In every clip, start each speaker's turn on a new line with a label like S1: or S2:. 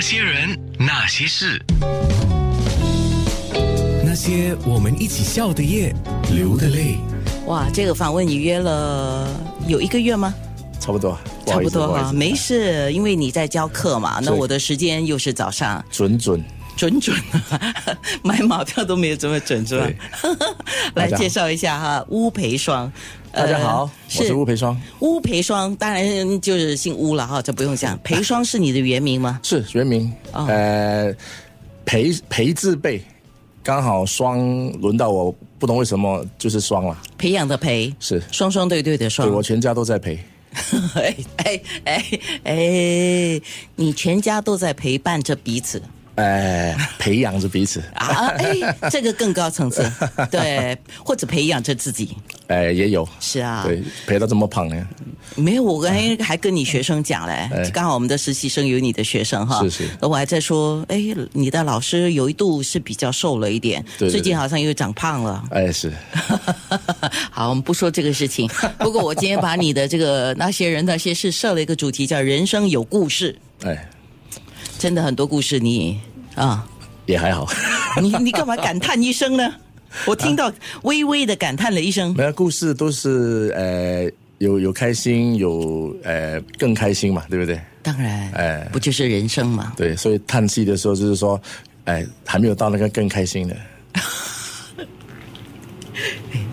S1: 些人，那些事，那些我们一起笑的夜，流的泪。
S2: 哇，这个访问你约了有一个月吗？
S3: 差不多，不
S2: 差
S3: 好意
S2: 不
S3: 思
S2: 多
S3: 不好意
S2: 哈，
S3: 思
S2: 没事，因为你在教课嘛。那
S3: 是
S2: 我的时间又是早上，
S3: 准准。
S2: 准准啊， 买马票都没有这么准，是吧
S3: 对？
S2: 来
S3: 大家好
S2: 介绍一下哈，乌培双。呃
S3: 大家好，我是吴培双，
S2: 乌培双，当然就是姓乌了哈，这不用 讲。培双是你的原名吗？
S3: 是原名，
S2: 哦
S3: 呃，培培字辈，刚好双轮到我，不懂为什么就是双了，
S2: 培养的培，
S3: 是
S2: 双双对对的
S3: 对
S2: 双。
S3: 我全家都在陪，
S2: 哎哎哎哎，你全家都在陪伴着彼此。
S3: 呃，培养着彼此，
S2: 啊，哎，这个更高层 次，对，或者培养着自己，
S3: 呃，也有，
S2: 是啊，
S3: 对，陪到这么胖呢，
S2: 没有，我刚才还跟你学生讲嘞
S3: 哎，
S2: 刚好我们的实习生有你的学生哈，
S3: 是是
S2: 我还在说，哎，你的老师有一度是比较瘦了一点，
S3: 对对对
S2: 最近好像又长胖了。
S3: 哎，是，
S2: 好，我们不说这个事情。不过我今天把你的这个那些人那些事设了一个主题，叫“人生有故事
S3: 哎，”，
S2: 真的很多故事你啊，
S3: 也还好，
S2: 你你干嘛感叹一声呢？我听到微微的感叹了一声，
S3: 没有故事都是呃，有有开心，有呃更开心嘛，对不对？
S2: 当然，
S3: 哎
S2: 不就是人生嘛？
S3: 对，所以叹气的时候就是说，哎，还没有到那个更开心的。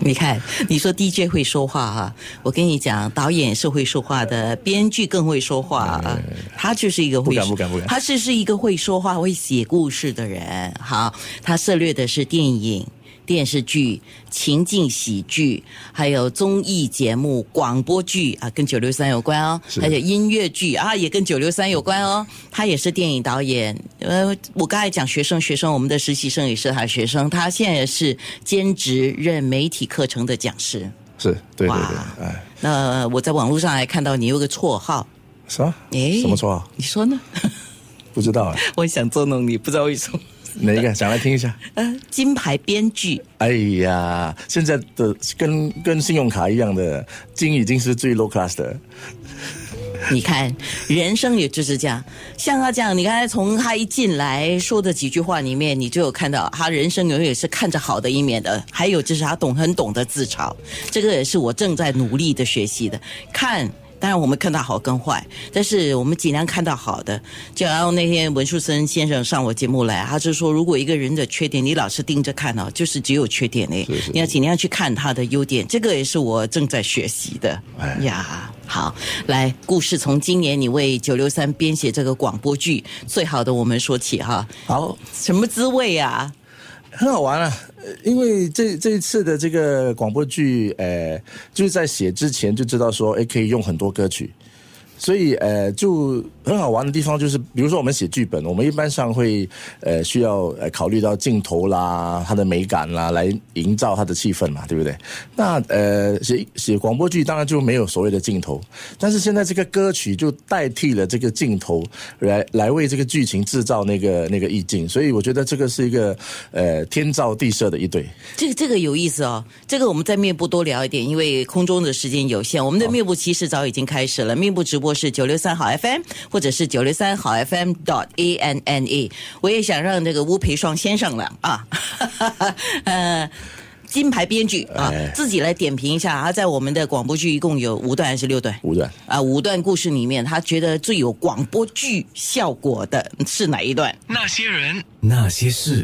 S2: 你看，你说 DJ 会说话啊，我跟你讲，导演是会说话的，编剧更会说话啊。他就是一个会
S3: 哎不敢不敢不敢
S2: 他就是一个会说话、会写故事的人。好，他涉猎的是电影、电视剧、情境喜剧，还有综艺节目、广播剧啊，跟九六三有关哦。
S3: 是
S2: 还有音乐剧啊，也跟九六三有关哦。他也是电影导演。呃，我刚才讲学生，学生，我们的实习生也是他的学生。他现在也是兼职任媒体课程的讲师。
S3: 是对对
S2: 哇
S3: 对，哎，
S2: 那我在网络上还看到你有个绰号，
S3: 什么？
S2: 哎，
S3: 什么错啊？
S2: 你说呢？
S3: 不知道啊，
S2: 我想捉弄你，不知道为什么。
S3: 哪 一个？讲来听一下。
S2: 呃，金牌编剧，
S3: 哎呀，现在的跟跟信用卡一样的金已经是最 low class 的，
S2: 你看，人生也就是这样。像他这样，你刚才从他一进来说的几句话里面，你就有看到他人生永远是看着好的一面的。还有就是他懂很懂得自嘲，这个也是我正在努力的学习的。看。当然，我们看到好跟坏，但是我们尽量看到好的。就然后那天文树森先生上我节目来，他就说，如果一个人的缺点，你老是盯着看哦，就是只有缺点呢，你要尽量去看他的优点。这个也是我正在学习的
S3: 哎
S2: 呀。好，来，故事从今年你为九六三编写这个广播剧《最好的我们》说起哈，
S3: 好，
S2: 什么滋味啊？
S3: 很好玩啊。呃因为这这一次的这个广播剧，呃，就是在写之前就知道说，哎，可以用很多歌曲。所以呃，就很好玩的地方就是，比如说我们写剧本，我们一般上会呃需要呃考虑到镜头啦、它的美感啦，来营造它的气氛嘛，对不对？那呃写写广播剧当然就没有所谓的镜头，但是现在这个歌曲就代替了这个镜头来来为这个剧情制造那个呃那个意境，所以我觉得这个是一个呃天造地设的一对。
S2: 这个这个有意思哦，这个我们在面部多聊一点，因为空中的时间有限。我们的面部其实早已经开始了，面部直播是九六三好 FM 或者是九六三好 FM dot a n n e。我也想让这个吴培双先生了啊， 呃。金牌编剧啊
S3: 哎，
S2: 自己来点评一下。他在我们的广播剧一共有五段还是六段？
S3: 五段
S2: 啊，五段故事里面，他觉得最有广播剧效果的是哪一段？
S1: 那些人，那些事。